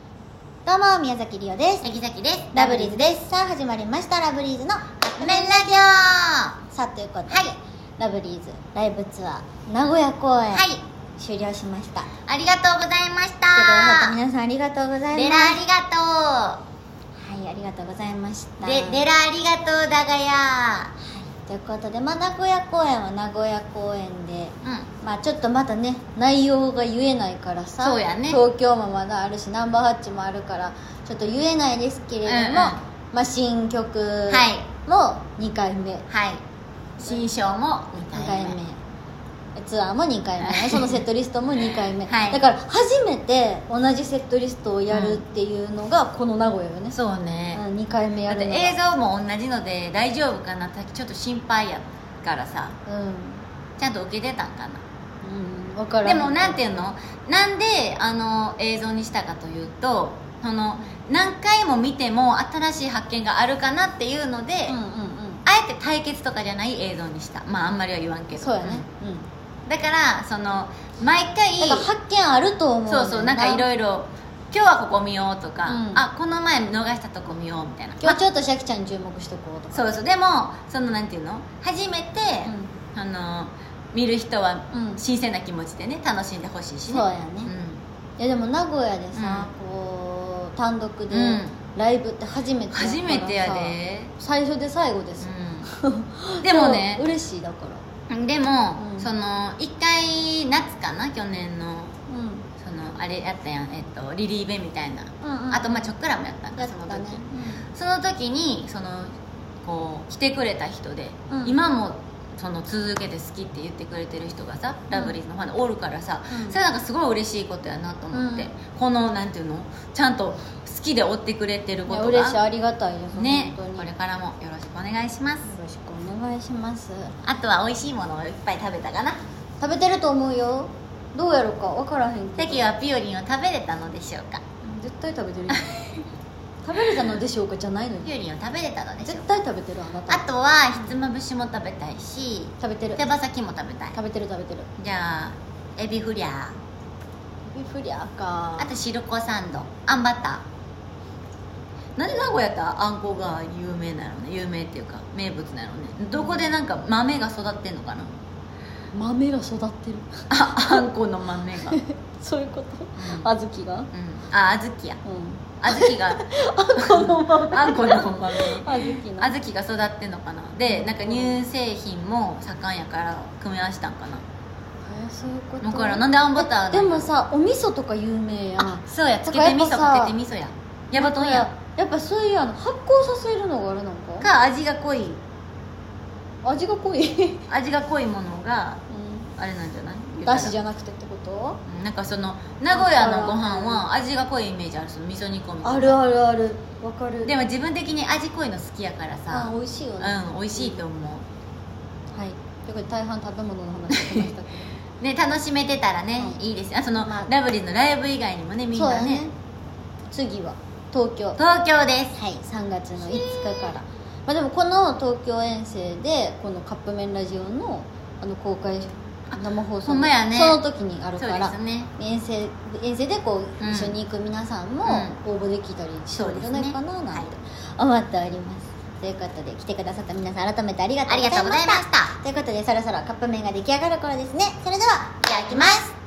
どうも宮崎りおですぎざきですラブリーズですさあ始まりましたラブリーズのアップメ仮ン面ララジオはさあということで、はいラブリーズライブツアー名古屋公演、い終了しました来てありがとうございましくださったた皆さんありがとうございベまラすありがはいありがとうございましたとうでベラありがとうだがやということで、まあ、名古屋公演は名古屋公演でうんまあちょっとまだね内容が言えないからさそうやね東京もまだあるしナンバーハッチもあるからちょっと言えないですけれども、うんうんまあ、新曲も2回目、はい新章も2 2回回目目ツアーも2回目、はいそのセットリストも2回目、はいだから初めて同じセットリストをやるっていうのがこの名古屋よね、そうねうん、2回目だやっるてのが映像も同じので大丈夫かなってちょっと心配やからさちゃんと受けてたんかなうん、うん、分からでもなんていうのなんであの映像にしたかというとその何回も見ても新しい発見があるかなっていうので、うんうんあうんえて対決とかじゃない映像にしたまああんまりは言わんけどそうやね、うんうんだからその毎回だから発見あると思うそうそうなんかいいろろいろ今日はここ見ようとか、うんあこの前逃したとこ見ようみたいな今日ちょっとシャキちゃんに注目しとこうとかそうそうでもそのなんていうの初めて、あの見る人はうん新鮮な気持ちでね楽しんでほしいしそうねやねいやでも名古屋でさ、こう単独でうんライブって初めてやうん、からさ初めてやで最初で最後です、 うんでもねそう嬉しいだからでも、うんその一回夏かな去年のうんそのあれやったやん、えっと、リリーベみたいな、うんうんあとまあちょっくらもやったんかやっそのたね時その時にそのこう来てくれた人で、うん今もその続けて好きって言ってくれてる人がさ、んラブリーズのファンでおるからさ、うんそれなんかすごい嬉しいことやなと思って、うんこのなんていうのちゃんと好きで追ってくれてるうんこいとやが嬉しいありがたいです、ね本当にこれよからもよろしくお願いしますろしくお願いしますあとは美味しいものをいっぱい食べたかな食べてると思うよどうやるか分からへんけどきはピオリンを食べれたのでしょうかうん絶対食べて るよ食べれたのでしょうかじゃないのピにオリンを食べれたのでしょ絶うか対食べてるあなたあとはひつまぶしも食べたいし食べてる手羽先も食べたい食べてる食べてるじゃあエビフリャービフリアかあとシルコサンドあんバターなんで名古屋ってあんこが有名なのね有名っていうか名物なのねどこでなんか豆が育ってんのかな豆が育ってる ああんこの豆が、うん、そういうこと小豆があ小豆やう小豆が んこのままあんこの豆小豆の小豆が育ってんのかなでなんか乳製品も盛んやから組み合わせたんかなえそういうことだからなんであんバターなのでもさお味噌とか有名やあんそうやつけだからて味やっ噌ぱかさけて味噌やヤバトンややっぱそういうあの発酵させるのがあれなんかか味が濃い味が濃い、味が濃いものがあれなんじゃないだしじゃゃなくてってことなんかその名古屋のご飯は味が濃いイメージあるその味噌煮込みあるあるあるわかるでもも自分的に味濃いの好きやからあさ美味しいよねうん美味しいと思はいということで大半食べ物の話してましたけどうね楽しめてたらねうんいいですよあそのまあラブリーズのライブ以外にもねみんそうなだね ね次は東京東京ですはい、3月の5日から、まあ、でもこの東京遠征でこの「カップ麺ラジオの」あの公開生放ほ送んまやねその時にあるそかうでら、すね遠征遠征でこううん一緒に行く皆さんも応募できたりしてるんじゃないかなそうでなすんねて思っております、ということで来てくださった皆さん改めてありがとあうりごがざいとうごまざいしまたしたということでそろそろカップ麺が出来上がる頃ですねそれではいただきます